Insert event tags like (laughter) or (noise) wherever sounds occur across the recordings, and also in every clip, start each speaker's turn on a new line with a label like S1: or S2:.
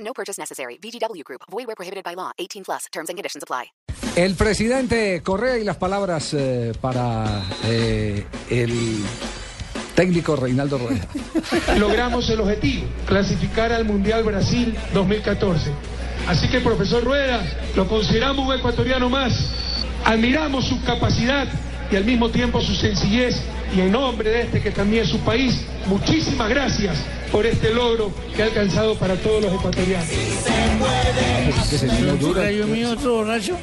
S1: No purchase necessary. VGW Group. Void where prohibited by law. 18 plus. Terms and conditions apply.
S2: El presidente Correa y las palabras eh, para eh, el técnico Reinaldo
S3: (laughs)
S2: Rueda.
S4: Logramos el objetivo, clasificar al Mundial Brasil 2014. Así que, profesor Rueda, lo consideramos un ecuatoriano más. Admiramos su capacidad y al mismo tiempo su sencillez. Y en nombre de este que también es su país, muchísimas gracias por este logro que ha alcanzado para todos los ecuatorianos.
S2: Que se vino
S5: Otro
S2: duro.
S5: gallo mío, otro borracho.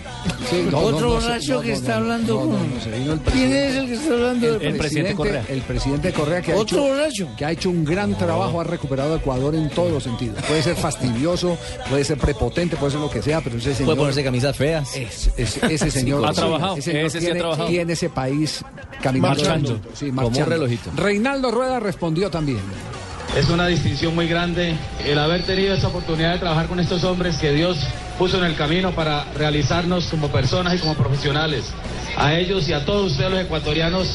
S2: Sí, no, no,
S5: otro
S2: no,
S5: borracho
S2: no,
S5: que
S2: no,
S5: está
S2: no,
S5: hablando
S2: no, no,
S5: con.
S2: no, se vino el
S5: ¿Quién
S2: presidente.
S5: es el que está hablando? del
S2: El presidente Correa. El presidente Correa que ha,
S5: Otro
S2: hecho,
S5: borracho.
S2: que ha hecho un gran trabajo, ha recuperado a Ecuador en todos los sentidos. Puede ser fastidioso, puede ser prepotente, puede ser lo que sea, pero ese señor...
S3: Puede ponerse camisas feas.
S5: Eh,
S2: es-
S3: (laughs)
S2: es- ese señor
S3: Ha trabajado,
S2: ese, señor
S3: ese sí ha
S2: tiene,
S3: trabajado.
S2: tiene ese país caminando
S3: Marchando,
S2: sí,
S3: como un
S2: marchando.
S3: relojito.
S2: Reinaldo Rueda respondió también
S6: Es una distinción muy grande el haber tenido esa oportunidad de trabajar con estos hombres que Dios puso en el camino para realizarnos como personas y como profesionales. A ellos y a todos ustedes los ecuatorianos,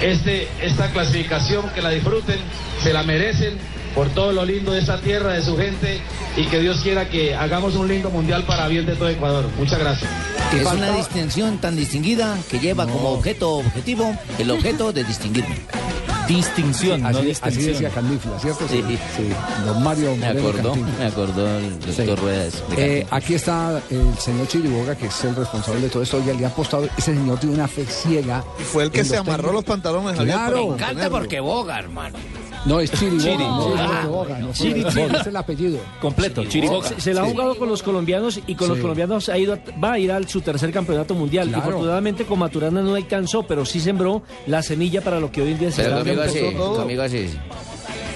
S6: este, esta clasificación que la disfruten, se la merecen por todo lo lindo de esta tierra, de su gente y que Dios quiera que hagamos un lindo mundial para bien de todo Ecuador. Muchas gracias.
S5: Es
S2: faltaba-
S5: una distinción tan distinguida que lleva como objeto objetivo el objeto de distinguirme.
S3: Distinción, no
S2: así, así
S3: distinción.
S2: decía Cantinflas, ¿cierto?
S5: Sí.
S2: Don Mario
S5: Me
S2: Moreno
S5: acordó,
S2: Cantinflas.
S5: me acordó el
S2: Sí.
S5: doctor Rueda. de Ah, eso.
S2: Eh, aquí está el señor Chiriboga, que es el responsable de todo esto. Oiga, le ha apostado. Ese señor tiene una fe ciega. Y
S7: Fue el que se amarró los pantalones, Javier,
S2: Claro.
S7: para mantenerlo.
S5: boga, hermano.
S2: No, es Chiriboga.
S3: Chiri.
S2: No,
S5: Ah.
S2: es Chiriboga. No, fue-
S3: Chiri,
S2: fue-
S3: Chiri.
S2: es el apellido.
S3: Completo, Chiriboga.
S8: Se, se la ha jugado con los colombianos y con los
S2: Sí.
S8: colombianos ha ido a- va a ir a su tercer campeonato mundial.
S2: Claro.
S8: Afortunadamente con Maturana no alcanzó, pero sí sembró la semilla para lo que hoy en día se
S5: Pero
S8: da.
S5: conmigo así, conmigo así.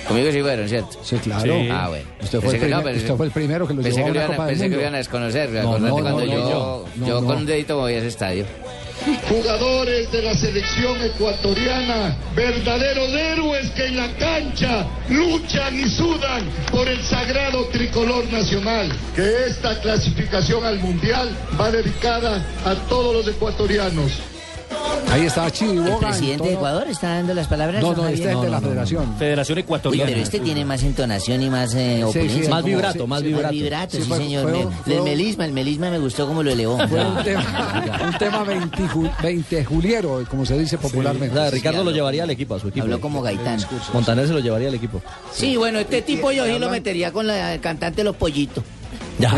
S5: Conmigo sí fueron, ¿cierto?
S2: Sí, claro.
S5: Ah, bueno.
S2: Usted fue,
S5: Pensé
S2: el
S5: que no,
S2: primer-
S5: pero-
S2: usted fue el primero que lo
S5: Pensé
S2: llevó a
S5: que lo
S2: una
S5: iban a-
S2: Copa del
S5: pensé que
S2: Mundo.
S5: lo iban a desconocer.
S2: no,
S5: acordate
S2: no,
S5: cuando
S2: no,
S5: yo,
S2: no,
S5: yo
S2: no.
S5: con un dedito voy a ese estadio.
S6: Jugadores de la selección ecuatoriana, verdaderos héroes que en la cancha luchan y sudan por el sagrado tricolor nacional. Que esta clasificación al mundial va dedicada a todos los ecuatorianos.
S2: Ahí estaba Chiriboga.
S5: El
S2: en
S5: presidente
S2: todo-
S5: de Ecuador está dando las palabras.
S2: No,
S5: don
S2: no,
S5: Javier?
S2: este es de la Federación.
S8: Federación
S5: Uy,
S8: Ecuatoriana.
S5: pero este tiene más entonación y más eh, opulencia.
S2: sí,
S5: ¿no?
S2: más vibrato,
S5: Sí,
S2: más vibrato.
S5: vibrato,
S2: Sí,
S5: sí,
S2: fue-
S5: señor.
S2: fue
S5: Me-
S2: un- fue
S5: el
S2: un-
S5: melisma, el melisma me gustó como lo (laughs) elevó.
S2: Fue un
S5: (laughs)
S2: tema, un tema 20, ju- 20 juliero, como se dice
S3: O
S2: popularmente.
S3: sea, Ricardo lo llevaría al equipo, a su equipo.
S5: Habló como Gaitán.
S3: Montaner se lo llevaría al equipo.
S5: Sí, bueno, (laughs) este tipo yo sí lo metería con la cantante Los Pollitos.
S3: Ya.